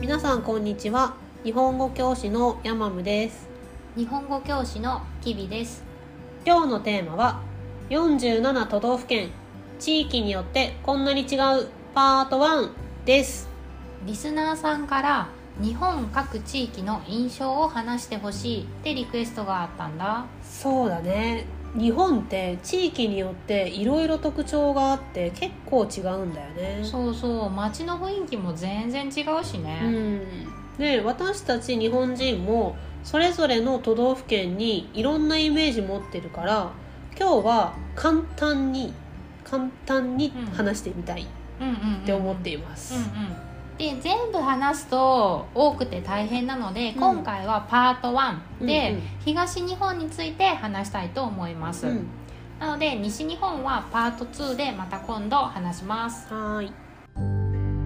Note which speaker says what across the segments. Speaker 1: 皆さんこんにちは日本語教師のヤマムです
Speaker 2: 日本語教師のキビです
Speaker 1: 今日のテーマは47都道府県地域によってこんなに違うパート1です
Speaker 2: リスナーさんから日本各地域の印象を話してほしいってリクエストがあったんだ
Speaker 1: そうだね日本って地域によっていろいろ特徴があって結構違うんだよね
Speaker 2: そうそう街の雰囲気も全然違うし
Speaker 1: う
Speaker 2: ね、
Speaker 1: ん、で私たち日本人もそれぞれの都道府県にいろんなイメージ持ってるから今日は簡単に簡単に
Speaker 2: うん
Speaker 1: 話してみたいっ
Speaker 2: うん、うんうん
Speaker 1: て思って
Speaker 2: い
Speaker 1: います、
Speaker 2: うんうんで全部話すと多くて大変なので、今回はパート1
Speaker 1: うんう
Speaker 2: で
Speaker 1: ん
Speaker 2: 東日本について話したいと思います、なので西日本はパート2でまた今度話します
Speaker 1: うんはーい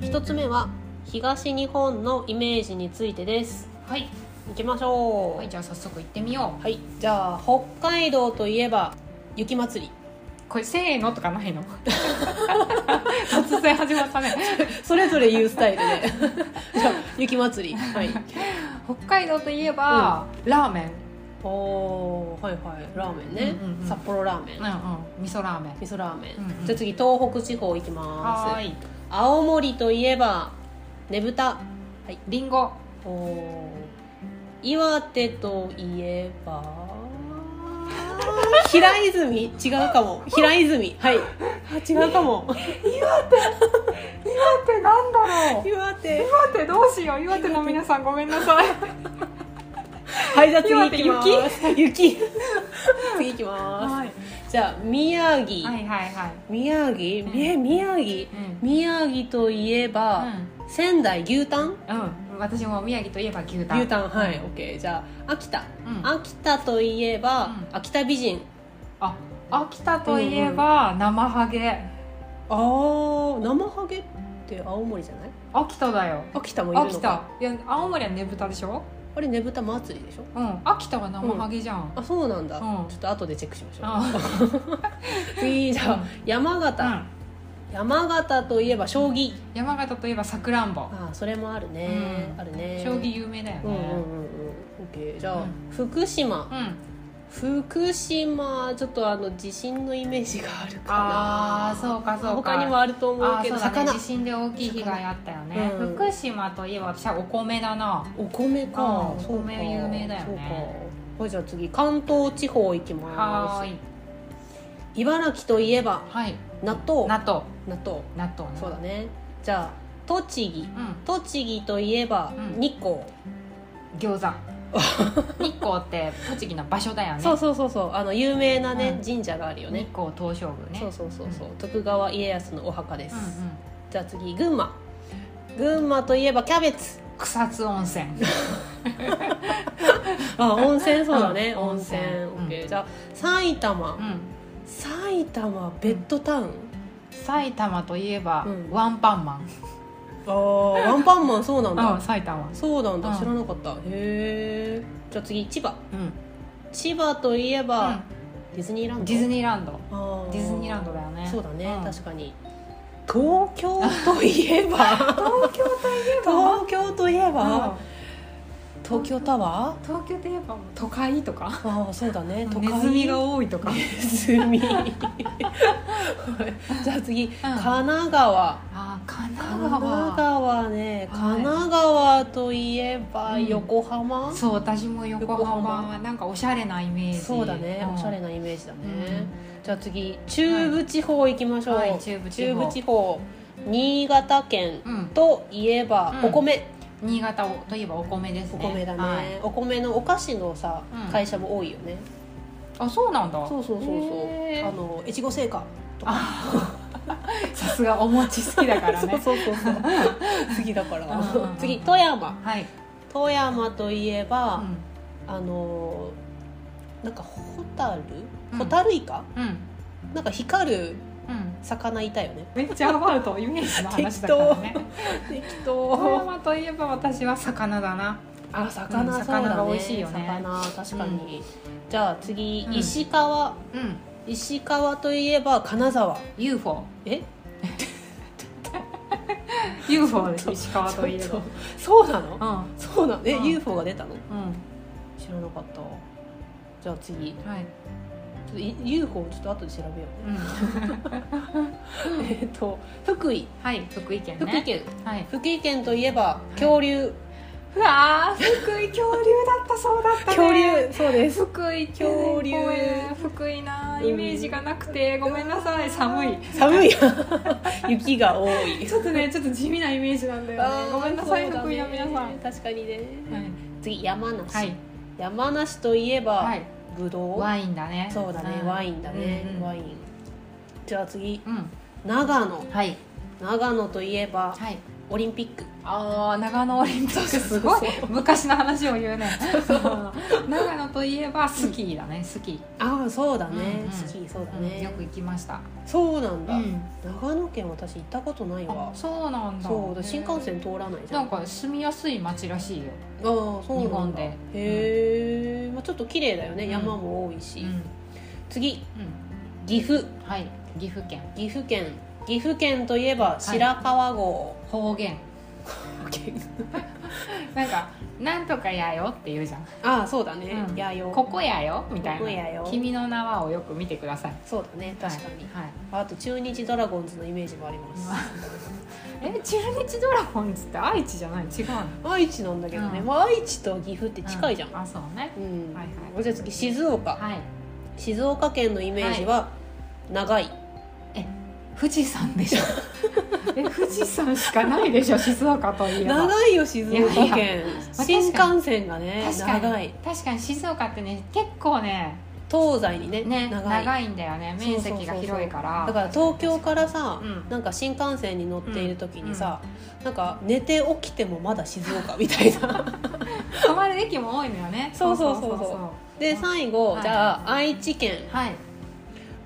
Speaker 1: 一つ目は東日本のイメージについてです
Speaker 2: はい、
Speaker 1: 行きましょう、
Speaker 2: はい、じゃあ早速行ってみよう
Speaker 1: はい、じゃあ北海道といえば雪まつり
Speaker 2: これせーのとかないの突然始まったね
Speaker 1: それぞれ言うスタイルで じゃあ雪まつりはい
Speaker 2: 北海道といえば、ラーメン
Speaker 1: おおはいはいラーメンね、
Speaker 2: うんうんうん
Speaker 1: 札幌ラーメン、
Speaker 2: うんうん味噌ラーメン
Speaker 1: 味噌ラーメン、
Speaker 2: うんうん
Speaker 1: じゃあ次東北地方行きます
Speaker 2: はーい
Speaker 1: 青森といえばねぶた
Speaker 2: りんご
Speaker 1: おー岩手といえ ば平泉違うかも平泉はいあ 違うかも
Speaker 2: 岩手なんだろ
Speaker 1: 岩手
Speaker 2: 岩手どうしよう岩手の皆さんごめんなさい
Speaker 1: はい、じゃあ次行きます。雪。 次行きま
Speaker 2: はい、
Speaker 1: す。じゃあ、宮城。
Speaker 2: はいはいはい
Speaker 1: 宮城、
Speaker 2: うん
Speaker 1: え、宮城。
Speaker 2: うん
Speaker 1: 宮城といえば、仙台牛タン。
Speaker 2: うん、うん、私も宮城といえば牛タン
Speaker 1: 牛タン、はい、オッケー、じゃあ、秋田。
Speaker 2: うん
Speaker 1: 秋田といえば、
Speaker 2: うん
Speaker 1: 秋田美人。
Speaker 2: あ秋田といえば生ハゲ
Speaker 1: ああ、生ハゲって青森じゃない。
Speaker 2: 秋田だよ
Speaker 1: 秋田もいるのか。
Speaker 2: 秋田いや青森はねぶたでしょ
Speaker 1: あれ、ねぶた祭りでしょ
Speaker 2: うん秋田は生ハゲじゃん、
Speaker 1: あ、そうなんだ。
Speaker 2: うん
Speaker 1: ちょっと後でチェックしましょう。
Speaker 2: あ
Speaker 1: 次、じゃあ、山形、
Speaker 2: うん
Speaker 1: 山形といえば将棋。
Speaker 2: 山形といえばさくらんぼ
Speaker 1: ああそれもあるね、
Speaker 2: うん
Speaker 1: あるね
Speaker 2: 将棋有名だよね
Speaker 1: うんうんうんうんオッケーじゃあ、
Speaker 2: うん
Speaker 1: 福島
Speaker 2: うん、
Speaker 1: 福島ちょっとあの地震のイメージがあるかな
Speaker 2: ああそうかそうか
Speaker 1: 他にもあると思う
Speaker 2: あ
Speaker 1: けど
Speaker 2: ーそうだね
Speaker 1: 魚
Speaker 2: 地震で大きい被害あったよね、
Speaker 1: うん
Speaker 2: 福島といえば私はお米だな
Speaker 1: お米か
Speaker 2: うん
Speaker 1: そうか
Speaker 2: お米有名だよね
Speaker 1: そうかはいじゃあ次関東地方行きま
Speaker 2: は
Speaker 1: す
Speaker 2: ーい
Speaker 1: 茨城といえば
Speaker 2: はい
Speaker 1: 納豆
Speaker 2: 納豆
Speaker 1: 納豆
Speaker 2: 納豆ね
Speaker 1: そうだねじゃあ栃木
Speaker 2: うん
Speaker 1: 栃木といえば
Speaker 2: うん
Speaker 1: 日光、
Speaker 2: 餃 子日光って栃木の場所だよね
Speaker 1: そうそうそうそうあの有名なね、
Speaker 2: うん
Speaker 1: 神社があるよね
Speaker 2: 日光東照宮ね
Speaker 1: そうそうそうそう、徳川家康のお墓です、
Speaker 2: うんうん、
Speaker 1: じゃあ次群馬群馬といえばキャベツ
Speaker 2: 草津温泉
Speaker 1: あ温泉そうだね
Speaker 2: うん
Speaker 1: 温泉
Speaker 2: 温泉
Speaker 1: オッケーじゃあ埼玉、
Speaker 2: うん
Speaker 1: 埼玉ベッドタウン、
Speaker 2: 埼玉といえば、
Speaker 1: うん
Speaker 2: ワンパンマン
Speaker 1: あーワンパンマンそうなんだ、
Speaker 2: うん埼玉
Speaker 1: そうなんだ
Speaker 2: うん
Speaker 1: 知らなかった、へえじゃあ次千葉
Speaker 2: うん、
Speaker 1: 千葉といえば、ディズニーランド
Speaker 2: うん、ディズニーランド
Speaker 1: あー
Speaker 2: ディズニーランドだよね
Speaker 1: そうだね、
Speaker 2: うん
Speaker 1: 確かに東京といえ ば東京といえば
Speaker 2: うん
Speaker 1: 東京タワー
Speaker 2: 東京で言えばもう都会とか
Speaker 1: ああそうだね都会
Speaker 2: ネズミが多いとか、
Speaker 1: ネズミ じゃあ次、神奈川
Speaker 2: あー神
Speaker 1: 神
Speaker 2: 奈川
Speaker 1: 奈川ね、
Speaker 2: はい
Speaker 1: 神奈川といえば
Speaker 2: うん
Speaker 1: 横浜、
Speaker 2: そう私も横浜
Speaker 1: 横浜
Speaker 2: はなんかおしゃれなイメージ
Speaker 1: そうだね、
Speaker 2: ん
Speaker 1: おしゃれなイメージだね、
Speaker 2: う
Speaker 1: じゃあ次中部地方行きましょう、
Speaker 2: はいはい中部地方
Speaker 1: 方新潟県
Speaker 2: んうん
Speaker 1: といえば
Speaker 2: うん
Speaker 1: お米、
Speaker 2: 新潟といえばお米です
Speaker 1: お
Speaker 2: ね
Speaker 1: 米だね、
Speaker 2: はい
Speaker 1: お米のお菓子のさ、
Speaker 2: うん
Speaker 1: 会社も多いよね
Speaker 2: あそうなんだ
Speaker 1: そうそうそうそう
Speaker 2: へー
Speaker 1: あのいちご製菓
Speaker 2: さすがお餅好きだから
Speaker 1: そ
Speaker 2: ね
Speaker 1: う そうそうそう次だから
Speaker 2: うんうんうん
Speaker 1: 次富山
Speaker 2: はい、
Speaker 1: 富山といえ
Speaker 2: う
Speaker 1: ば、
Speaker 2: ん
Speaker 1: あのーなんかホタル
Speaker 2: うん
Speaker 1: ホタルイカ、
Speaker 2: うん
Speaker 1: なんか光る
Speaker 2: うん
Speaker 1: 魚いたよね
Speaker 2: めっちゃアバウトイメージの話だからね
Speaker 1: 適
Speaker 2: 富
Speaker 1: 当
Speaker 2: 山といえば私は魚だな
Speaker 1: あ魚、
Speaker 2: う
Speaker 1: そ
Speaker 2: ん
Speaker 1: うだね
Speaker 2: 魚が美味しいよね
Speaker 1: 魚確かに、じゃあ次石川
Speaker 2: うん
Speaker 1: 石川といえば金沢
Speaker 2: UFO
Speaker 1: え
Speaker 2: UFO です石川といえ
Speaker 1: ちょ
Speaker 2: ば
Speaker 1: っとそうなの
Speaker 2: うん
Speaker 1: そうなのえ、
Speaker 2: うん
Speaker 1: UFO が出たの
Speaker 2: う
Speaker 1: 知らなかったじゃあ次ち
Speaker 2: んはい、
Speaker 1: ょっとい UFO ちょっと後で調べよ
Speaker 2: うん
Speaker 1: う、 えっと福井
Speaker 2: はい福井県ね
Speaker 1: 福井県、
Speaker 2: はい
Speaker 1: 福井県といえば恐竜、
Speaker 2: うわー福井恐竜だったそうだったね
Speaker 1: 恐竜そうです
Speaker 2: 福井恐竜福井なイメージがなくてごめんなさい寒い
Speaker 1: 寒い 雪が多い
Speaker 2: ちょっとねちょっと地味なイメージなんだよねごめんなさい、福井の皆さんは
Speaker 1: 確かにね
Speaker 2: い
Speaker 1: 次山梨、
Speaker 2: はい、
Speaker 1: 山梨といえば、
Speaker 2: はい、
Speaker 1: ぶどう
Speaker 2: ワインだね
Speaker 1: そうだね、ワインだね、
Speaker 2: うんうん
Speaker 1: ワインじゃあ次
Speaker 2: うん
Speaker 1: 長野
Speaker 2: はい
Speaker 1: 長野といえば
Speaker 2: はい
Speaker 1: オリンピック
Speaker 2: あー長野オリンピックすごい昔の話を言うね長野といえばスキーだねスキ
Speaker 1: ああそうだね、
Speaker 2: うんうん
Speaker 1: スキーそうだ
Speaker 2: ー、
Speaker 1: ね、
Speaker 2: よく行きました、
Speaker 1: そうなん
Speaker 2: う
Speaker 1: だ、
Speaker 2: ん、
Speaker 1: 長野県私行ったことない
Speaker 2: あ
Speaker 1: わ
Speaker 2: そうなんだ
Speaker 1: そうだ新幹線通らないじゃ
Speaker 2: なんんか住みやすい街らしいよ、
Speaker 1: ああそうなんだ
Speaker 2: 日本で
Speaker 1: へえ、まあ、ちょっと綺麗だよね、
Speaker 2: うん
Speaker 1: 山も多いうし、
Speaker 2: ん
Speaker 1: 次
Speaker 2: う
Speaker 1: 岐阜
Speaker 2: ん、はい岐阜県
Speaker 1: 岐阜県岐阜県といえば白川郷、
Speaker 2: 方言なんか「なんとかやよ」って言うじゃん
Speaker 1: ああそうだね、
Speaker 2: うん
Speaker 1: やよ
Speaker 2: 「ここやよ」みたいな
Speaker 1: ここやよ
Speaker 2: 君の名は」をよく見てください
Speaker 1: そうだね確かに、
Speaker 2: はい、はい
Speaker 1: あと中日ドラゴンズのイメージもあります、
Speaker 2: え中日ドラゴンズって愛知じゃない違うの
Speaker 1: 愛知なんだけどね、
Speaker 2: うん
Speaker 1: まあ、愛知と岐阜って近いじゃん、
Speaker 2: あそうね
Speaker 1: うん
Speaker 2: はい
Speaker 1: じゃあ次静岡、
Speaker 2: はい
Speaker 1: 静岡県のイメージは長い、
Speaker 2: 富士山 でしょえ富士山しかないでしょ静岡といえば
Speaker 1: 長いよ静岡県
Speaker 2: いやあ
Speaker 1: 新幹線がね
Speaker 2: 確かに
Speaker 1: 長い
Speaker 2: 確かに静岡ってね結構ね
Speaker 1: 東西にね
Speaker 2: ね
Speaker 1: 長
Speaker 2: 長
Speaker 1: い
Speaker 2: いんだよね
Speaker 1: そうそ
Speaker 2: 面
Speaker 1: うそう
Speaker 2: 積が広いから
Speaker 1: だから東京からさ、
Speaker 2: うん
Speaker 1: なんか新幹線に乗っている時にさ、なんか寝て起きてもまだ静岡みたい な
Speaker 2: 泊まる駅も多いのよね
Speaker 1: そうそうそうそうで最後、
Speaker 2: はい
Speaker 1: じゃあ愛知県
Speaker 2: はい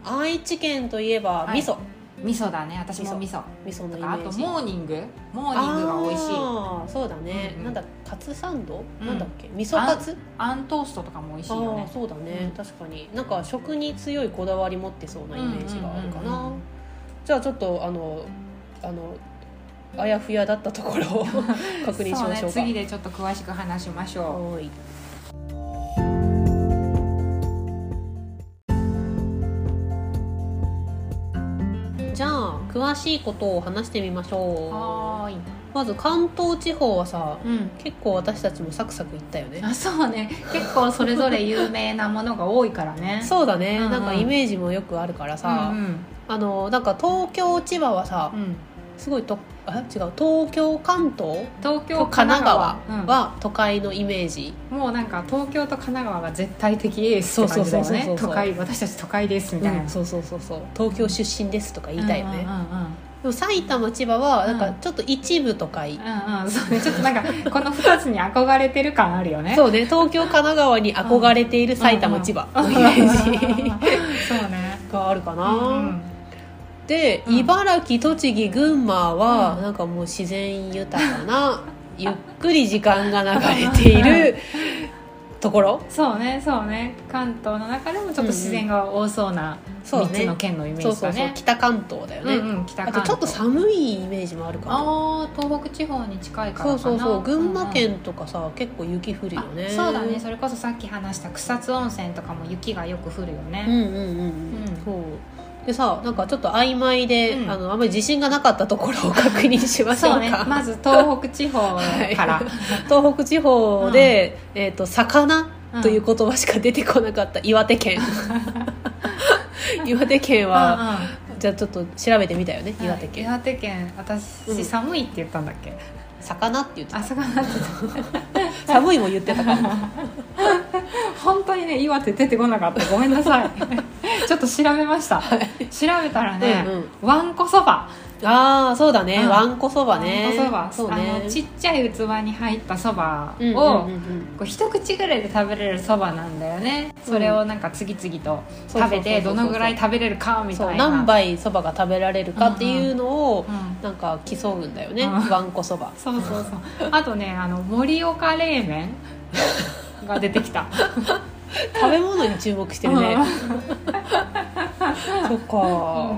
Speaker 1: 愛知県といえば
Speaker 2: はい
Speaker 1: 味噌、
Speaker 2: 味噌だね私も味噌
Speaker 1: 味噌のイメ
Speaker 2: あ
Speaker 1: ー
Speaker 2: と
Speaker 1: ジ
Speaker 2: モーニングモーニングが美味しい
Speaker 1: あーそうだね、
Speaker 2: うんうん
Speaker 1: なんだカツサンド、
Speaker 2: うん
Speaker 1: なんだっけ味噌カツ
Speaker 2: あんトーストとかも美味しい
Speaker 1: あ
Speaker 2: よ
Speaker 1: ー
Speaker 2: ね
Speaker 1: そうだね、
Speaker 2: うん
Speaker 1: 確かになんか食に強いこだわり持ってそうなイメージがあるかな、
Speaker 2: うんうんうんうん
Speaker 1: じゃあちょっとあのあのあやふやだったところ を確認しまし
Speaker 2: そ
Speaker 1: ょうか
Speaker 2: ね次でちょっと詳しく話しましょ
Speaker 1: はーいじゃあ詳しいことを話してみまし
Speaker 2: う
Speaker 1: ょ
Speaker 2: はーいう
Speaker 1: まず関東地方はさ
Speaker 2: うん
Speaker 1: 結構私たちもサクサクいったよね
Speaker 2: あそうね結構それぞれ有名なものが多いからね
Speaker 1: そうだね、
Speaker 2: うんうん
Speaker 1: なんかイメージもよくあるからさ、
Speaker 2: うん
Speaker 1: あのなんか東京千葉はさ、
Speaker 2: うんうん
Speaker 1: すごいとあ違う東京関東
Speaker 2: 東京
Speaker 1: と神奈川
Speaker 2: うん
Speaker 1: は都会のイメージ、
Speaker 2: もうなんか東京と神奈川が絶対的エースって感じだよ
Speaker 1: そ
Speaker 2: ね
Speaker 1: うそうそうそう
Speaker 2: 都会私たち都会ですみたいな、
Speaker 1: うんそうそうそうそう東京出身ですとか言いたいよね、
Speaker 2: うんうんうん
Speaker 1: でも埼玉千葉はなん
Speaker 2: う
Speaker 1: か
Speaker 2: ん
Speaker 1: ちょっと一部都会、
Speaker 2: うんうんそうねちょっとなんかこの2つに憧れてる感あるよね
Speaker 1: そうね東京神奈川に憧れている埼玉、
Speaker 2: うん
Speaker 1: 千葉のイメージ
Speaker 2: そうね
Speaker 1: があるかな、
Speaker 2: うん
Speaker 1: で、
Speaker 2: うん
Speaker 1: 茨城栃木群馬は、
Speaker 2: うん
Speaker 1: なんかもう自然豊か なゆっくり時間が流れているところ
Speaker 2: そうねそうね関東の中でもちょっと自然が多そうな
Speaker 1: そう
Speaker 2: 3
Speaker 1: ね
Speaker 2: つの県のイメ
Speaker 1: そ
Speaker 2: ー
Speaker 1: う
Speaker 2: ジ
Speaker 1: そう
Speaker 2: だ
Speaker 1: そう
Speaker 2: ね
Speaker 1: 北関東だよね、
Speaker 2: うんうん北
Speaker 1: あ
Speaker 2: 関
Speaker 1: と
Speaker 2: 東
Speaker 1: ちょっと寒いイメージもあるかな
Speaker 2: あー東北地方に近いか
Speaker 1: そ
Speaker 2: らか
Speaker 1: う
Speaker 2: な
Speaker 1: そうそう群馬
Speaker 2: うんうん
Speaker 1: 県とかさ結構雪降るよね
Speaker 2: あそうだねそれこそさっき話した草津温泉とかも雪がよく降るよ
Speaker 1: うん
Speaker 2: ね、
Speaker 1: うんうんうん、
Speaker 2: うん
Speaker 1: そうでさなんかちょっと曖昧で、
Speaker 2: うん
Speaker 1: あのあんまり自信がなかったところを確認しましょ
Speaker 2: そううね
Speaker 1: か、
Speaker 2: まず東北地方から、
Speaker 1: は東北地方で、えっと魚
Speaker 2: うん
Speaker 1: という言葉しか出てこなかった岩手 県岩手県は、
Speaker 2: う
Speaker 1: じゃあちょっと調べてみたよね
Speaker 2: んうん
Speaker 1: 岩手県
Speaker 2: 岩手県私、
Speaker 1: うん
Speaker 2: 寒いって言ったんだっけ
Speaker 1: 魚って言って
Speaker 2: あそこなんて言った
Speaker 1: た寒いも言ってたから
Speaker 2: 本当にね岩手出てこなかったごめんなさ いちょっと調べました、調べたらね、
Speaker 1: うんうん
Speaker 2: わんこそば
Speaker 1: ああそうだね、
Speaker 2: うん
Speaker 1: わんこそばね
Speaker 2: わんこそ
Speaker 1: そう
Speaker 2: ば、
Speaker 1: ね
Speaker 2: あのちっちゃい器に入ったそば
Speaker 1: う
Speaker 2: を、
Speaker 1: んうんうんうん
Speaker 2: こう一口ぐらいで食べれるそばなんだよねそれをなんか次々と食べて
Speaker 1: そうそうそうそうそう
Speaker 2: どのぐらい食べれるかみ
Speaker 1: そ
Speaker 2: た
Speaker 1: う
Speaker 2: いな
Speaker 1: 何杯そばが食べられるかっていうのを、
Speaker 2: うん
Speaker 1: なんか競うんだよね、
Speaker 2: うん
Speaker 1: わんこそば
Speaker 2: そうそうそうあとねあの盛岡冷麺が出てきた
Speaker 1: 食べ物に注目してるね、
Speaker 2: うん
Speaker 1: そっか、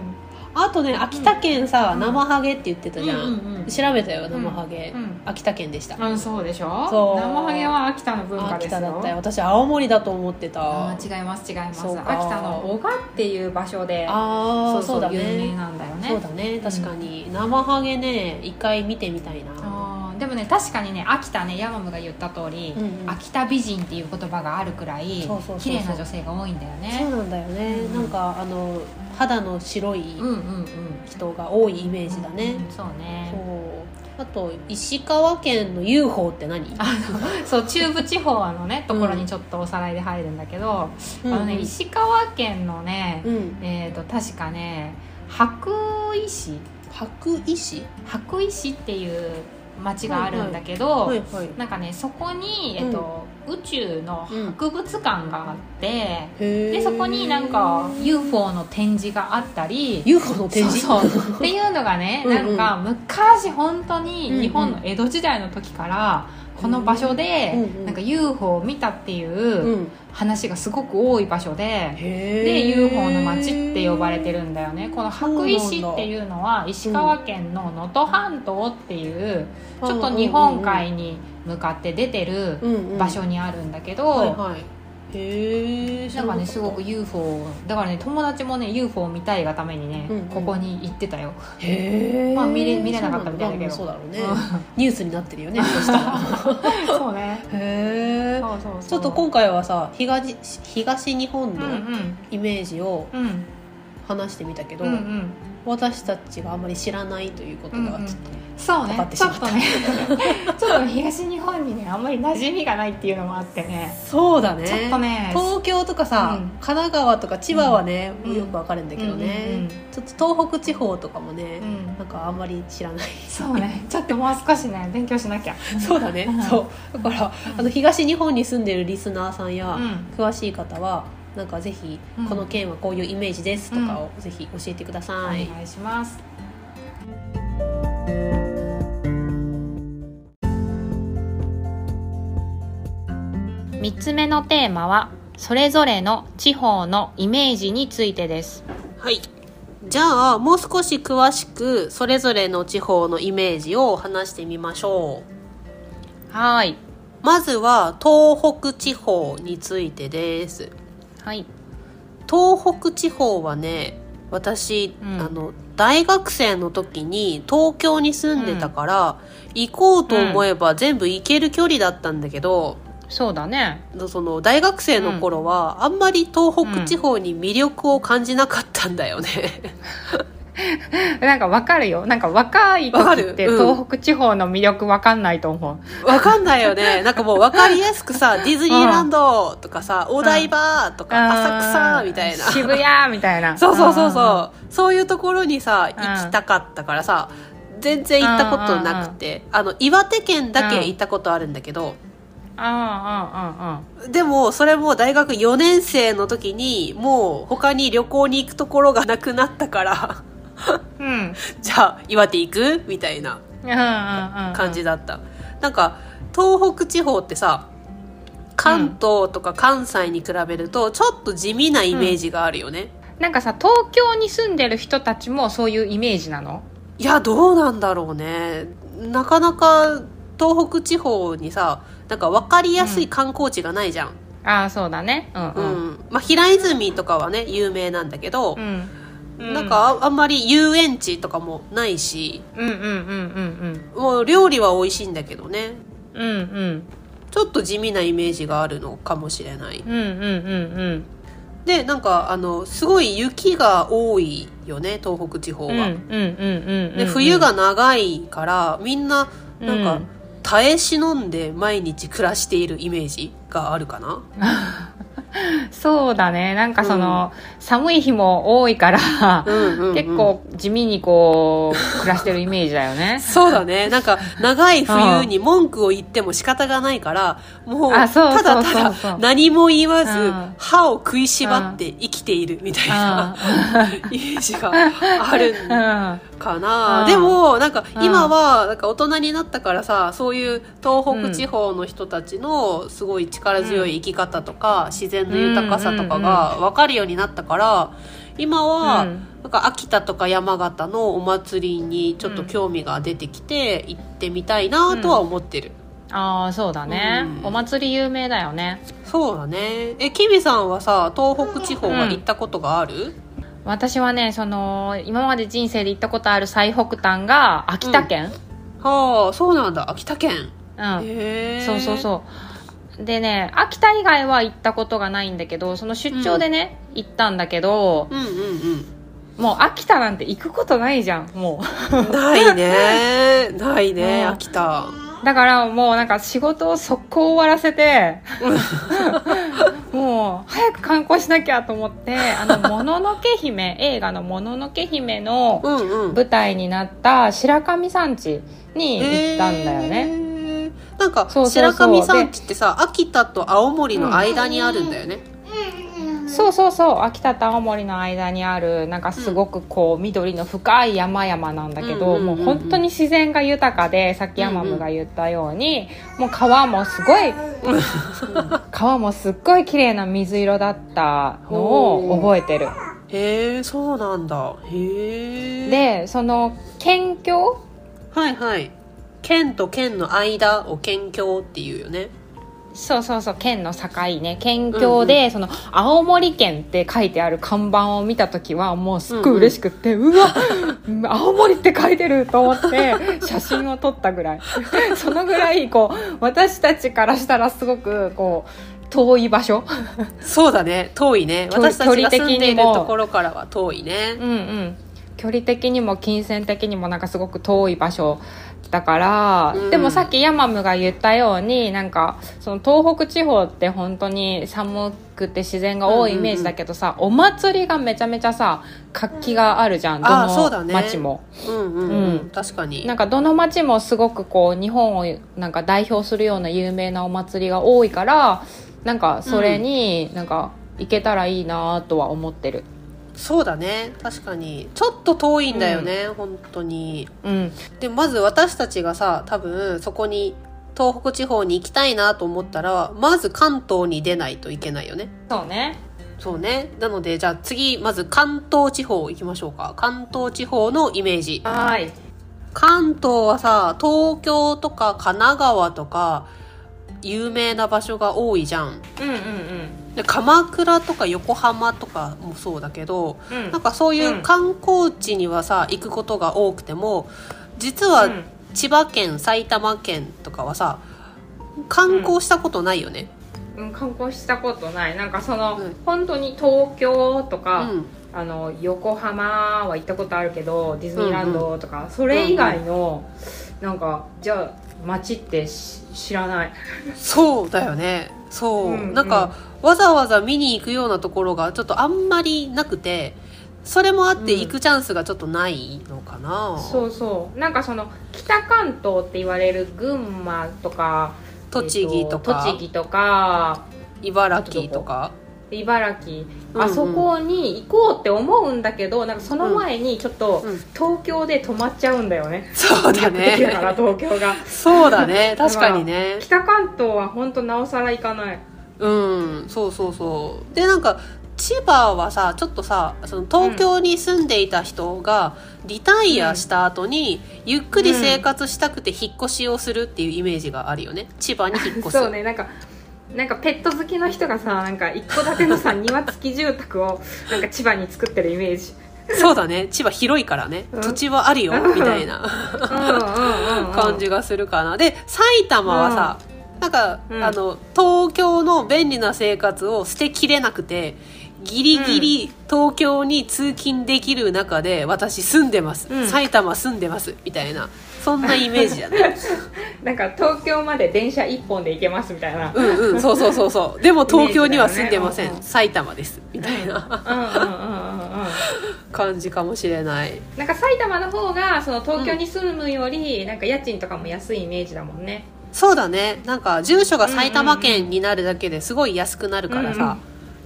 Speaker 1: あとね秋田県さ、生ハゲって言ってたじゃん、調べたよ生ハゲ、
Speaker 2: うんうん
Speaker 1: 秋田県でした、
Speaker 2: あそうでしょ
Speaker 1: そう
Speaker 2: 生ハゲは秋田の文化で
Speaker 1: 秋
Speaker 2: すよ
Speaker 1: 田だったよ私青森だと思ってた
Speaker 2: あー違います違います
Speaker 1: そう
Speaker 2: 秋
Speaker 1: か
Speaker 2: 田の男鹿っていう場所で
Speaker 1: あ
Speaker 2: そ
Speaker 1: あ
Speaker 2: う
Speaker 1: そ
Speaker 2: そうう
Speaker 1: だね
Speaker 2: 有名なんだよね
Speaker 1: そうだね確かに、生ハゲね一回見てみたいな
Speaker 2: あーでもね確かにね秋田ねヤマムが言った通り、
Speaker 1: うんうん
Speaker 2: 秋田美人っていう言葉があるくらい
Speaker 1: そうそうそうそう
Speaker 2: 綺麗な女性が多いんだよ
Speaker 1: そう
Speaker 2: ね
Speaker 1: なんだよね、
Speaker 2: うん
Speaker 1: なんかあの肌の白い
Speaker 2: うんうんうん
Speaker 1: 人が多いイメージだね、
Speaker 2: うんそうね
Speaker 1: そうあと石川県の UFO って何
Speaker 2: そう中部地方のねところにちょっとおさらいで入るんだけど、
Speaker 1: うん
Speaker 2: あのね石川県のね、
Speaker 1: うん
Speaker 2: えっ、と確かね白衣市
Speaker 1: 白衣市
Speaker 2: 白衣市っていう町があるんだけど、
Speaker 1: はいはい
Speaker 2: なんかねそこに、えっと宇宙の博物館があって、
Speaker 1: へ
Speaker 2: で
Speaker 1: ー
Speaker 2: そこになんか UFO の展示があったり
Speaker 1: UFO の展示
Speaker 2: そうそうっていうのがね
Speaker 1: うんうん
Speaker 2: なんか昔本当
Speaker 1: うんう
Speaker 2: に
Speaker 1: ん
Speaker 2: 日本の江戸時代の時からこの場所で
Speaker 1: うんうん、
Speaker 2: なんか UFO を見たっていううん話がすごく多い場所で。
Speaker 1: へ
Speaker 2: で
Speaker 1: ー
Speaker 2: UFO の町って呼ばれてるんだよねこの白衣市っていうのは石川県の能登半島っていうちょっと日本海に向かって出てる場所にあるんだ
Speaker 1: をは
Speaker 2: け
Speaker 1: い
Speaker 2: ど
Speaker 1: はいへえ
Speaker 2: なんかねすごく UFO だからね友達もね UFO を見たいがためにね、
Speaker 1: うんうん
Speaker 2: ここに行ってた よ、
Speaker 1: へえ
Speaker 2: まあ見れ見れなかったみたいだけど
Speaker 1: そうなんだ
Speaker 2: う
Speaker 1: まあそうだろうねニュースになってるよねそした ら
Speaker 2: そうね
Speaker 1: へえ
Speaker 2: そうそうそう
Speaker 1: ちょっと今回はさ東東日本
Speaker 2: うん
Speaker 1: のイメージを
Speaker 2: うんうん
Speaker 1: 話してみたけど、
Speaker 2: うんうん
Speaker 1: 私たちがあんまり知らないということが
Speaker 2: うんうん
Speaker 1: ちょっ
Speaker 2: そう
Speaker 1: かか
Speaker 2: ね
Speaker 1: ってし
Speaker 2: ちょ
Speaker 1: まっ
Speaker 2: ったとね ちょっと東日本にねあんまり馴染みがないっていうのもあってね
Speaker 1: とそうだね
Speaker 2: ちょっとね
Speaker 1: 東京とかさ、
Speaker 2: うん
Speaker 1: 神奈川とか千葉はね、
Speaker 2: うん
Speaker 1: よくわかるんだけどね、
Speaker 2: うんうんうん
Speaker 1: ちょっと東北地方とかもね、
Speaker 2: うん
Speaker 1: なんかあんまり知らない
Speaker 2: そうねちょっともう少しね勉強しなきゃ
Speaker 1: そうだ ね、
Speaker 2: うん
Speaker 1: そうだから、あの東日本に住んでるリスナーさんや、
Speaker 2: うん
Speaker 1: 詳しい方はなんかぜひ、
Speaker 2: うん
Speaker 1: この県はこういうイメージですとかをぜひ教えてくだ
Speaker 2: お
Speaker 1: さい、
Speaker 2: 願いします3つ目のテーマはそれぞれの地方のイメージについてです
Speaker 1: はいじゃあもう少し詳しくそれぞれの地方のイメージを話してみましょう
Speaker 2: はい
Speaker 1: まずは東北地方についてです
Speaker 2: はい
Speaker 1: 東北地方はね私、
Speaker 2: うん
Speaker 1: あの大学生の時に東京に住んでたから、行こうと思えば全部行ける距離だったんだけど、
Speaker 2: そうだね
Speaker 1: その大学生の頃は、あんまり東北地方に魅力を感じなかったんだよね、
Speaker 2: なんかわかるよなんか若い
Speaker 1: わか
Speaker 2: 時
Speaker 1: る
Speaker 2: って
Speaker 1: うん
Speaker 2: 東北地方の魅力わかんないと思う
Speaker 1: わかんないよねなんかもう分かりやすくさディズニーランドとかさお台場とか浅草みたいな
Speaker 2: あー渋谷みたい な
Speaker 1: そうそうそう
Speaker 2: あ
Speaker 1: そうそういうところにさ
Speaker 2: うん
Speaker 1: 行きたかったからさ全然行ったことなくてあの岩手県だけ行ったことあるんだけど
Speaker 2: ーあーあーあー
Speaker 1: でもそれも大学4年生の時にもう他に旅行に行くところがなくなったから
Speaker 2: うん
Speaker 1: じゃあ岩手行くみたいな
Speaker 2: 感
Speaker 1: 感じだったなんか東北地方ってさ関東とか関西に比べるとちょっと地味なイメージがあるよね、
Speaker 2: なんかさ東京に住んでる人たちもそういうイメージなの
Speaker 1: いやどうなんだろうねなかなか東北地方にさなんか分かりやすい観光地がないじゃん、
Speaker 2: ああそうだねうん
Speaker 1: う
Speaker 2: うんん
Speaker 1: まあ、平泉とかはね有名なんだけど
Speaker 2: う、ん、
Speaker 1: なんかああんまり遊園地とかもないし
Speaker 2: うんうんうんうん
Speaker 1: もう料理は美味しいんだけどね
Speaker 2: うんうんうん
Speaker 1: ちょっと地味なイメージがあるのかもしれない
Speaker 2: うんうんうんうん
Speaker 1: でなんかあのすごい雪が多いよね東北地方
Speaker 2: うんうん
Speaker 1: は、
Speaker 2: うんうん
Speaker 1: で冬が長いからみんななん
Speaker 2: う
Speaker 1: か
Speaker 2: ん
Speaker 1: 耐え忍んで毎日暮らしているイメージがあるかな
Speaker 2: そうだねなんかその、寒い日も多いから、
Speaker 1: うんうんうん
Speaker 2: 結構地味にこう暮らしてるイメージだよね
Speaker 1: そうだねなんか長い冬に文句を言っても仕方がないからもうた
Speaker 2: あそうそう
Speaker 1: だ
Speaker 2: そう
Speaker 1: た
Speaker 2: そう
Speaker 1: だ何も言わ
Speaker 2: う
Speaker 1: ず
Speaker 2: ん
Speaker 1: 歯を食いしばって生きているみたいな イメージがあるんだ
Speaker 2: あ
Speaker 1: かな、
Speaker 2: うん
Speaker 1: でもなんか
Speaker 2: うん
Speaker 1: 今はなんか大人になったからさそういう東北地方の人たちのすごい力強い生き方とか、自然の豊かさとかが分かるようになったから、今は、
Speaker 2: うん
Speaker 1: なんか秋田とか山形のお祭りにちょっと興味が出てきて行ってみたいなとは思ってる、
Speaker 2: ああそうだね、
Speaker 1: うん
Speaker 2: お祭り有名だよね
Speaker 1: そうだねえキミさんはさ東北地方は行ったことがある、
Speaker 2: 私はねその今まで人生で行ったことある最北端が秋田県、
Speaker 1: はあそうなんだ秋田県
Speaker 2: うん
Speaker 1: へえ
Speaker 2: そうそうそうでね秋田以外は行ったことがないんだけどその出張でね、行ったんだけど
Speaker 1: うんうん
Speaker 2: もう秋田なんて行くことないじゃんも
Speaker 1: うんない ねないね
Speaker 2: うん
Speaker 1: 秋田
Speaker 2: うだからもうなんか仕事を速攻終わらせてもう早く観光しなきゃと思ってあの「 もののけ姫」映画の「もののけ姫」の
Speaker 1: うんうん
Speaker 2: 舞台になった白神山地に行ったんだよね、
Speaker 1: ねなんか
Speaker 2: そうそうそ
Speaker 1: 白
Speaker 2: う
Speaker 1: 神山地ってさ秋田と青森の間にあるんだよね、
Speaker 2: そうそうそう秋田と青森の間にあるなんかすごくこう緑の深い山々なんだけど、
Speaker 1: うんうんうんうん
Speaker 2: もう本当に自然が豊かでさっきヤマムが言ったように、もう川もすご い川もすっごい綺麗な水色だったのを覚えてる
Speaker 1: へえそうなんだへえ
Speaker 2: でその県境
Speaker 1: はいはい県と県の間を県境っていうよね
Speaker 2: そうそうそう県の境ね県境で、その青森県って書いてある看板を見た時はもうすっごい嬉しくって、うわうん青森って書いてると思って写真を撮ったぐらい そのぐらいこう私たちからしたらすごくこう遠い場所
Speaker 1: そうだね遠いね
Speaker 2: 距離
Speaker 1: 私たちが住んでいる
Speaker 2: 距離的にも
Speaker 1: ところからは遠いね
Speaker 2: うんうん距離的にも金銭的にもなんかすごく遠い場所だから、
Speaker 1: うん
Speaker 2: でもさっきヤマムが言ったようになんかその東北地方って本当に寒くて自然が多いイメージだけどさ、お祭りがめちゃめちゃさ活気があるじゃんど
Speaker 1: あそうだ
Speaker 2: の
Speaker 1: ね
Speaker 2: 町も、
Speaker 1: うんうんうん、
Speaker 2: うん
Speaker 1: 確かに
Speaker 2: なんかどの町もすごくこう日本をなんか代表するような有名なお祭りが多いからなんかそれになんか行けたらいいなとは思ってる。
Speaker 1: そうだね確かにちょっと遠いんだよね、本当に
Speaker 2: うん、
Speaker 1: でもまず私たちがさ多分そこに東北地方に行きたいなと思ったらまず関東に出ないといけないよね
Speaker 2: そうね
Speaker 1: そうねなのでじゃあ次まず関東地方行きましょうか関東地方のイメージ
Speaker 2: はい
Speaker 1: 関東はさ東京とか神奈川とか有名な場所が多いじゃん
Speaker 2: うんうん
Speaker 1: で鎌倉とか横浜とかもそうだけど
Speaker 2: うん
Speaker 1: なんかそういううん観光地にはさ行くことが多くても実は
Speaker 2: うん
Speaker 1: 千葉県埼玉県とかはさ観光したことないよね、
Speaker 2: うん、観光したことないなんかその、
Speaker 1: うん
Speaker 2: 本当に東京と
Speaker 1: う
Speaker 2: か、
Speaker 1: ん、
Speaker 2: あの横浜は行ったことあるけどディズニーランドとか、それ以外の、なんかじゃあ街ってし知らない
Speaker 1: そうだよねそう、
Speaker 2: うんうん
Speaker 1: なんかわざわざ見に行くようなところがちょっとあんまりなくてそれもあって
Speaker 2: うん
Speaker 1: 行くチャンスがちょっとないのかな、
Speaker 2: そうそうなんかその北関東って言われる群馬とか
Speaker 1: 栃木とか
Speaker 2: えっ栃木とか
Speaker 1: 茨城とか
Speaker 2: 茨城、
Speaker 1: うんうん
Speaker 2: あそこに行こうって思うんだけどなんかその前にちょっと、
Speaker 1: うん
Speaker 2: 東京で泊まっちゃうんだよね
Speaker 1: そうだ
Speaker 2: できるか
Speaker 1: ね
Speaker 2: ら東京が
Speaker 1: そうだね確かにね
Speaker 2: 北関東は本当なおさら行かない
Speaker 1: うんそうそうそうでなんか千葉はさちょっとさその東京に住んでいた人がリタイアした後に、ゆっくり生活したくて引っ越しをするっていうイメージがあるよね千葉に引っ越す
Speaker 2: そうねなんかなんかペット好きの人がさなんか一戸建てのさ庭付き住宅をなんか千葉に作ってるイメー ジ
Speaker 1: そうだね千葉広いからね
Speaker 2: うん
Speaker 1: 土地はあるよみたいな
Speaker 2: うんうんうん、うん、
Speaker 1: 感じがするかなで埼玉はさ、なんか、
Speaker 2: うん
Speaker 1: あの東京の便利な生活を捨てきれなくてギリギリ東京に通勤できる中で、私住んでます、
Speaker 2: うん
Speaker 1: 埼玉住んでますみたいなそんなイメージ だね
Speaker 2: なんか東京まで電車一本で行けますみたいな
Speaker 1: うんうんそうそうそうそうでも東京には住んでませ
Speaker 2: イメー
Speaker 1: ん、
Speaker 2: ジだよね
Speaker 1: 埼玉ですみたいな
Speaker 2: うんうんうんうんうん
Speaker 1: 感じかもしれない
Speaker 2: なんか埼玉の方がその東京に住むよりなんか家賃とかも安いイメージだもんね
Speaker 1: そうだねなんか住所が埼玉県になるだけですごい安くなるから
Speaker 2: うんう
Speaker 1: さ、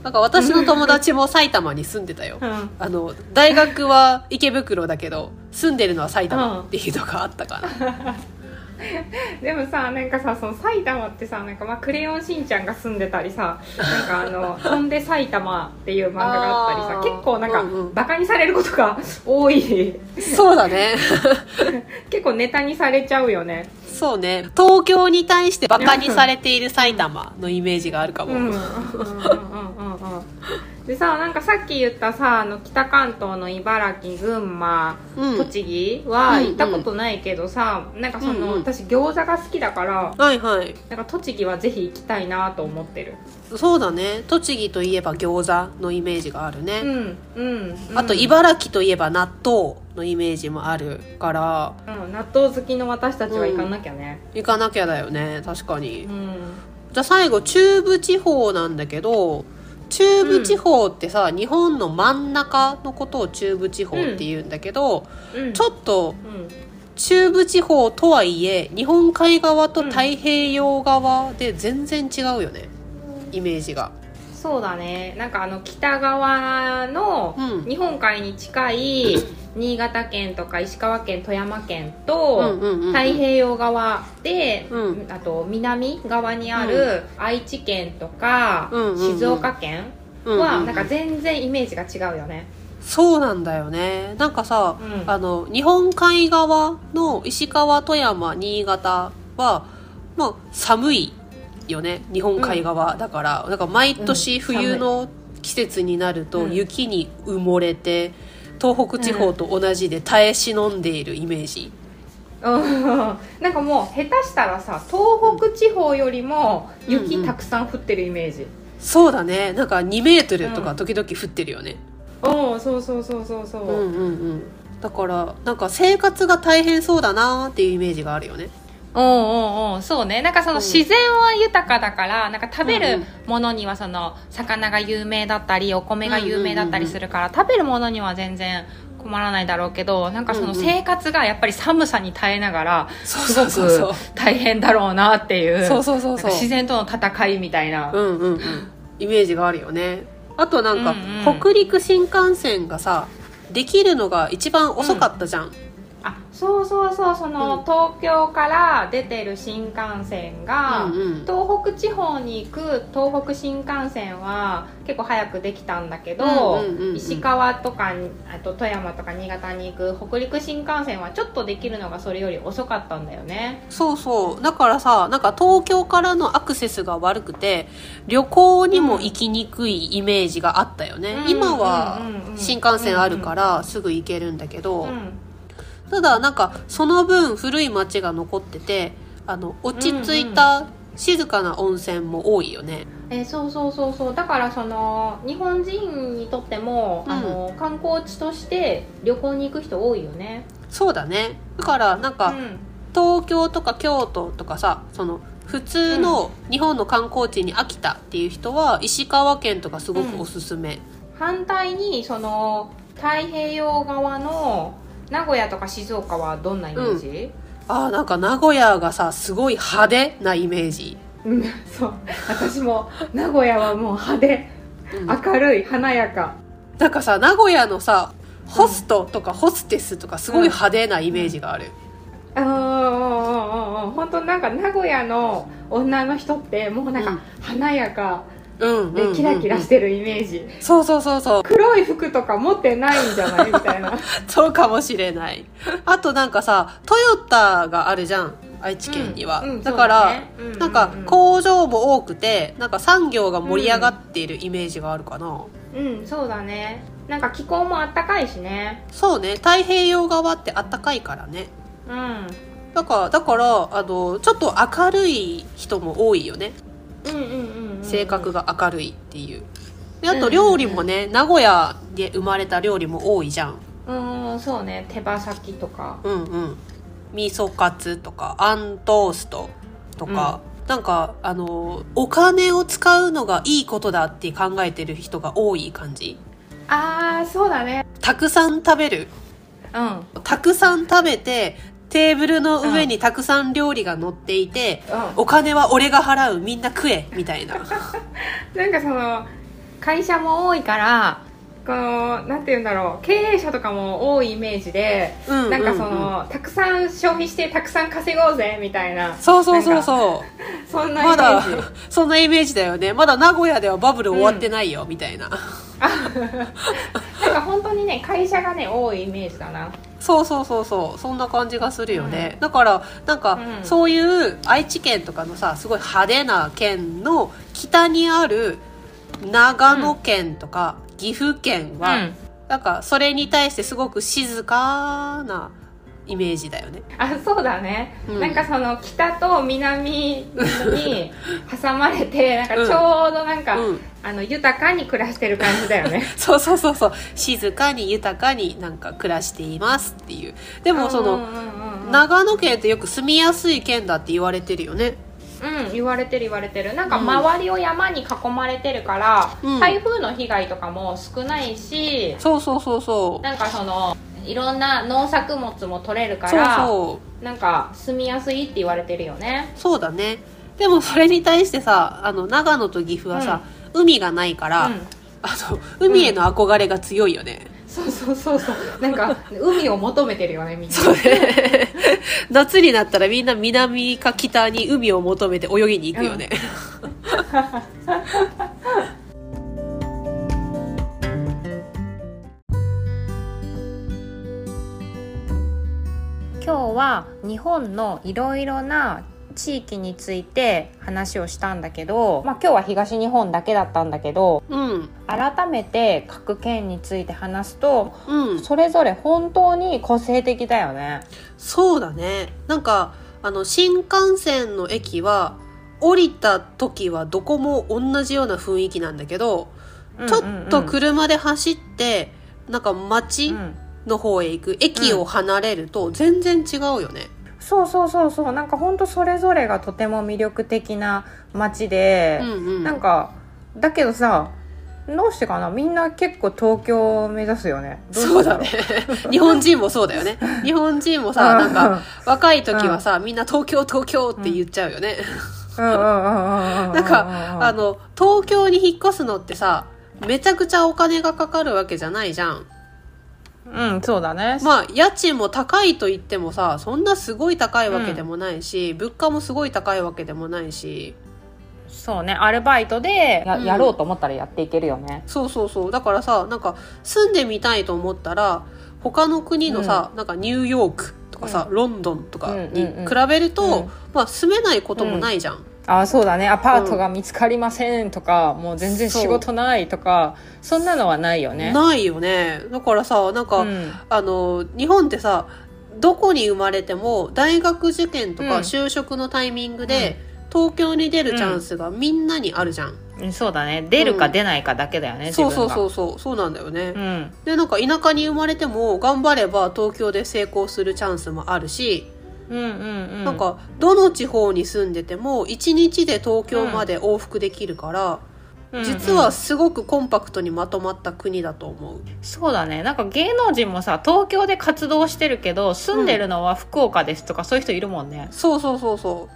Speaker 1: なんか私の友達も埼玉に住んでたよ、
Speaker 2: うんうん
Speaker 1: あの大学は池袋だけど住んでるのは埼玉っていうのがあったから、
Speaker 2: でもさなんかさその埼玉ってさ「なんかまあクレヨンしんちゃん」が住んでたりさ「なんかあ の飛んで埼玉」っていう漫画があったり
Speaker 1: あ
Speaker 2: さ
Speaker 1: ー
Speaker 2: 結構なんか、
Speaker 1: うんうん
Speaker 2: バカにされることが 多い
Speaker 1: そうだね。
Speaker 2: 結構ネタにされちゃうよね
Speaker 1: そうね。東京に対してバカにされている埼玉のイメージがあるかも。
Speaker 2: うんうんうんうんうんうんでさなんかさっき言ったさあの北関東の茨城群馬、
Speaker 1: うん
Speaker 2: 栃木
Speaker 1: う
Speaker 2: は
Speaker 1: んうん
Speaker 2: 行ったことないけどさ、なんかその、
Speaker 1: うんうん
Speaker 2: 私餃子が好きだから
Speaker 1: はいはい。
Speaker 2: なんか栃木はぜひ行きたいなと思ってる
Speaker 1: そうだね。栃木といえば餃子のイメージがあるね。
Speaker 2: うんうん、うん
Speaker 1: あと茨城といえば納豆のイメージもあるから
Speaker 2: うん、納豆好きの私たちは行かなきゃね
Speaker 1: 行かなきゃだよね確かに
Speaker 2: う、ん、
Speaker 1: じゃあ最後中部地方なんだけど中部地方ってさ、日本の真ん中のことを中部地方って言うんだけど、
Speaker 2: うん、
Speaker 1: ちょっと
Speaker 2: うん
Speaker 1: 中部地方とはいえ日本海側と太平洋側で全然違うよね、イメージが
Speaker 2: そうだねなんかあの北側の
Speaker 1: うん
Speaker 2: 日本海に近い新潟県とか石川県富山県
Speaker 1: うん
Speaker 2: と
Speaker 1: うんうんうん
Speaker 2: 太平洋側で、
Speaker 1: う
Speaker 2: あと南側にある愛知県とか
Speaker 1: うんうんうん
Speaker 2: 静岡県
Speaker 1: うんうんう
Speaker 2: は
Speaker 1: ん
Speaker 2: なんか全然イメージが違うよね
Speaker 1: そうなんだよねなんかさ、
Speaker 2: うん
Speaker 1: あの日本海側の石川富山新潟はまあ寒いよね日本海側、だからなんか毎年冬の季節になると
Speaker 2: うん
Speaker 1: 雪に埋もれて、東北地方と同じで耐え忍んでいるイメージ、
Speaker 2: うん なんかもう下手したらさ東北地方よりも
Speaker 1: うん
Speaker 2: 雪
Speaker 1: うん
Speaker 2: たくさん降ってるイメージ、
Speaker 1: そうだねなんか2メートルとか時々降ってるよね、
Speaker 2: うん、そうそうそうそうそうう、
Speaker 1: ん、うんうんだからなんか生活が大変そうだなーっていうイメージがあるよね
Speaker 2: うんうんうんそうねなんかその
Speaker 1: うん
Speaker 2: 自然は豊かだからなんか食べ
Speaker 1: うんう
Speaker 2: る
Speaker 1: ん
Speaker 2: ものにはその魚が有名だったりお米が有名だったりするから、食べるものには全然困らないだろうけどなんかそ
Speaker 1: うんう
Speaker 2: の
Speaker 1: ん
Speaker 2: 生活がやっぱり寒さに耐えながら
Speaker 1: そう
Speaker 2: す
Speaker 1: そ
Speaker 2: ご
Speaker 1: うそうそう
Speaker 2: く大変だろうなっていう
Speaker 1: そうそうそう
Speaker 2: なんか自然との戦いみたいな、
Speaker 1: うんうんうんイメージがあるよねあとなんか、
Speaker 2: うんうん
Speaker 1: 北陸新幹線がさできるのが一番遅かったじゃん、
Speaker 2: あそうそうそうその、
Speaker 1: うん
Speaker 2: 東京から出てる新幹線が、
Speaker 1: うんうん
Speaker 2: 東北地方に行く東北新幹線は結構早くできたんだけど、
Speaker 1: うんうんうんうん
Speaker 2: 石川とかあと富山とか新潟に行く北陸新幹線はちょっとできるのがそれより遅かったんだよね
Speaker 1: そうそうだからさなんか東京からのアクセスが悪くて旅行にも行きにくいイメージがあったよね、
Speaker 2: うん
Speaker 1: 今は
Speaker 2: うんうんうん
Speaker 1: 新幹線あるからすぐ行けるんだけど、
Speaker 2: うん
Speaker 1: ただなんかその分古い街が残っててあの落ち着いた静かな温泉も多いよね、
Speaker 2: えーそうそうそうそうだからその日本人にとっても、
Speaker 1: うん
Speaker 2: あの観光地として旅行に行く人多いよね
Speaker 1: そうだねだからなんか、東京とか京都とかさその普通の日本の観光地に飽きたっていう人は石川県とかすごくおすすめ、
Speaker 2: 反対にその太平洋側の名古屋とか静岡はどんなイメージ、
Speaker 1: あーなんか名古屋がさすごい派手なイメージ、
Speaker 2: うん、 そう私も名古屋はもう派手
Speaker 1: うん
Speaker 2: 明るい華やか
Speaker 1: なんかさ名古屋のさホストとかホステスとかすごい派手なイメージがある、
Speaker 2: うんうんうんうん本当なんか名古屋の女の人ってもうなんか華やか
Speaker 1: うんうんうんう
Speaker 2: で
Speaker 1: ん
Speaker 2: キラキラしてるイメージ、
Speaker 1: そうそうそうそう
Speaker 2: 黒い服とか持ってないんじゃないみた いな
Speaker 1: そうかもしれないあとなんかさトヨタがあるじゃん愛知県には、
Speaker 2: うんうん
Speaker 1: だから
Speaker 2: そうだねうんうんうん
Speaker 1: なんか工場も多くてなんか産業が盛り上がっているイメージがあるかな、
Speaker 2: うんそうだねなんか気候もあったかいしね
Speaker 1: そうね太平洋側ってあったかいからね
Speaker 2: うん
Speaker 1: だからだからあのちょっと明るい人も多いよね
Speaker 2: うんうんうんうん
Speaker 1: 性格が明るいっていうで
Speaker 2: う
Speaker 1: あ
Speaker 2: んうんう
Speaker 1: と
Speaker 2: ん
Speaker 1: 料理もね、名古屋で生まれた料理も多いじゃん
Speaker 2: うんそうね手羽先とか
Speaker 1: うんうん味噌カツとかあんトーストとか、なんかあのお金を使うのがいいことだって考えてる人が多い感じ
Speaker 2: ああそうだね
Speaker 1: たくさん食べる
Speaker 2: うん
Speaker 1: たくさん食べてテーブルの上にたくさん料理が乗っていて、
Speaker 2: う
Speaker 1: お金は俺が払うみんな食えみたいな
Speaker 2: ん、なんかその会社も多いから
Speaker 3: このなんて言うんだろう経営者とかも多いイメージで、
Speaker 1: うん
Speaker 3: なんかそ
Speaker 1: うんうん
Speaker 3: のたくさん消費してたくさん稼ごうぜみたいな
Speaker 1: そうそうそうそう
Speaker 3: そんなイメ
Speaker 1: まだ
Speaker 3: ージ、
Speaker 1: そんなイメージだよねまだ名古屋ではバブル終わってないよ、みたいな
Speaker 3: なんか本当にね会社がね多いイメージだな
Speaker 1: そうそうそうそうそんな感じがするよね、だからなんか、
Speaker 3: うん
Speaker 1: そういう愛知県とかのさすごい派手な県の北にある長野県とか岐阜県は、
Speaker 2: うん
Speaker 1: なんかそれに対してすごく静かなイメージだよね
Speaker 3: あそうだね、
Speaker 1: うん
Speaker 3: なんかその北と南 に挟まれてなんかちょうどなんか、
Speaker 1: うん
Speaker 3: あの豊かに暮らしてる感じだよね
Speaker 1: そうそうそうそう静かに豊かになんか暮らしていますっていう でもそ
Speaker 3: うんう
Speaker 1: の
Speaker 3: んうんうん
Speaker 1: 長野県ってよく住みやすい県だって言われてるよね
Speaker 3: うん言われてる言われてるなんか周りを山に囲まれてるから、
Speaker 1: うん
Speaker 3: 台風の被害とかも少ないし
Speaker 1: そうそうそうそう
Speaker 3: なんかそのいろんな農作物も取れるか
Speaker 1: そう
Speaker 3: ら
Speaker 1: そう
Speaker 3: なんか住みやすいって言われてるよね
Speaker 1: そうだねでもそれに対してさあの長野と岐阜はさ、海がないから、
Speaker 3: うん
Speaker 1: あの海への憧れが強いよね、
Speaker 3: そうそうそうそうなんか海を求めてるよねみんな
Speaker 1: そうね夏になったらみんな南か北に海を求めて泳ぎに行くよね、
Speaker 2: 今日は日本のいろいろな地域について話をしたんだけど、まあ、今日は東日本だけだったんだけど
Speaker 1: うん
Speaker 2: 改めて各県について話すと
Speaker 1: うん
Speaker 2: それぞれ本当に個性的だよね。
Speaker 1: そうだねなんかあの新幹線の駅は降りた時はどこも同じような雰囲気なんだけど、ちょっと車で走ってなんか街、
Speaker 2: うんうんうんうん
Speaker 1: の方へ行く駅を離れると全然違うよね、
Speaker 2: そうそうそうそうなんか本当それぞれがとても魅力的な街で、
Speaker 1: うんうん、
Speaker 2: なんかだけどさどうしてかなみんな結構東京を目指すよねど
Speaker 1: そう
Speaker 2: して
Speaker 1: だね
Speaker 2: ろ
Speaker 1: 日本人もそうだよね日本人もさなんか若い時はさみんな東京東京って言っちゃうよね、
Speaker 2: うんうんうんうんうんうんうん
Speaker 1: なんかあの東京に引っ越すのってさめちゃくちゃお金がかかるわけじゃないじゃん
Speaker 2: うんそうだね、
Speaker 1: まあ家賃も高いと言ってもさそんなすごい高いわけでもないし、物価もすごい高いわけでもないし
Speaker 2: そうねアルバイトでや,、
Speaker 1: うん
Speaker 2: やろうと思ったらやっていけるよね
Speaker 1: そうそうそうだからさなんか住んでみたいと思ったら他の国のさ、なんかニューヨークとかさ、ロンドンとかに
Speaker 2: うんうんうん
Speaker 1: 比べると、
Speaker 2: うん
Speaker 1: まあ、住めないこともないじゃん、
Speaker 2: あそうだねアパートが見つかりませんとか、もう全然仕事ないとかそんなのはないよね
Speaker 1: ないよねだからさなんか、
Speaker 2: うん
Speaker 1: あの日本ってさどこに生まれても大学受験とか
Speaker 2: うん
Speaker 1: 就職のタイミングで、東京に出るチャンスがみんなにあるじゃん、
Speaker 2: うんそうだね出るか出ないかだけだよね、自
Speaker 1: そ
Speaker 2: 分
Speaker 1: う
Speaker 2: が
Speaker 1: そうそうそうそうなんだよね、
Speaker 2: うん
Speaker 1: でなんか田舎に生まれても頑張れば東京で成功するチャンスもあるし
Speaker 2: うんうんうん
Speaker 1: なんかどの地方に住んでても1日で東京まで往復できるから、
Speaker 2: うんうん
Speaker 1: 実はすごくコンパクトにまとまった国だと思う、
Speaker 2: そうだねなんか芸能人もさ東京で活動してるけど住んでるのは福岡ですとか、そういう人いるもんね
Speaker 1: そうそうそうそ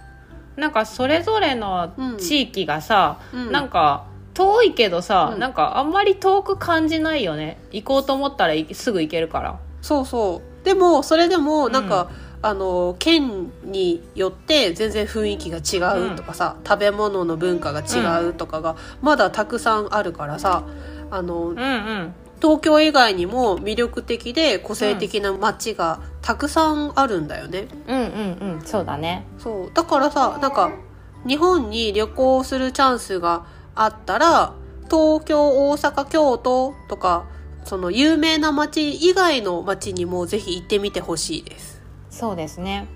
Speaker 2: なんかそれぞれの地域がさ、
Speaker 1: う、うん、
Speaker 2: なんか遠いけどさ、
Speaker 1: うん
Speaker 2: なんかあんまり遠く感じないよね行こうと思ったらいすぐ行けるから
Speaker 1: そうそうでもそれでもなんか、あの県によって全然雰囲気が違うとかさ、食べ物の文化が違うとかがまだたくさんあるからさあの
Speaker 2: うんうん
Speaker 1: 東京以外にも魅力的で個性的な街がたくさんあるんだよね。
Speaker 2: うんうんうんそうだね
Speaker 1: そうだからさなんか日本に旅行するチャンスがあったら東京大阪京都とかその有名な街以外の街にもぜひ行ってみてほしいです
Speaker 2: そうですね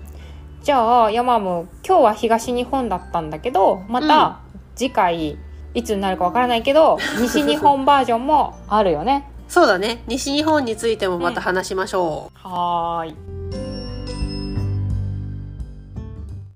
Speaker 2: じゃあ山も今日は東日本だったんだけどまた次回いつになるかわからないけ ど西日本バージョンもあるよね
Speaker 1: そうだね西日本についてもまた話しましょう、
Speaker 2: はーい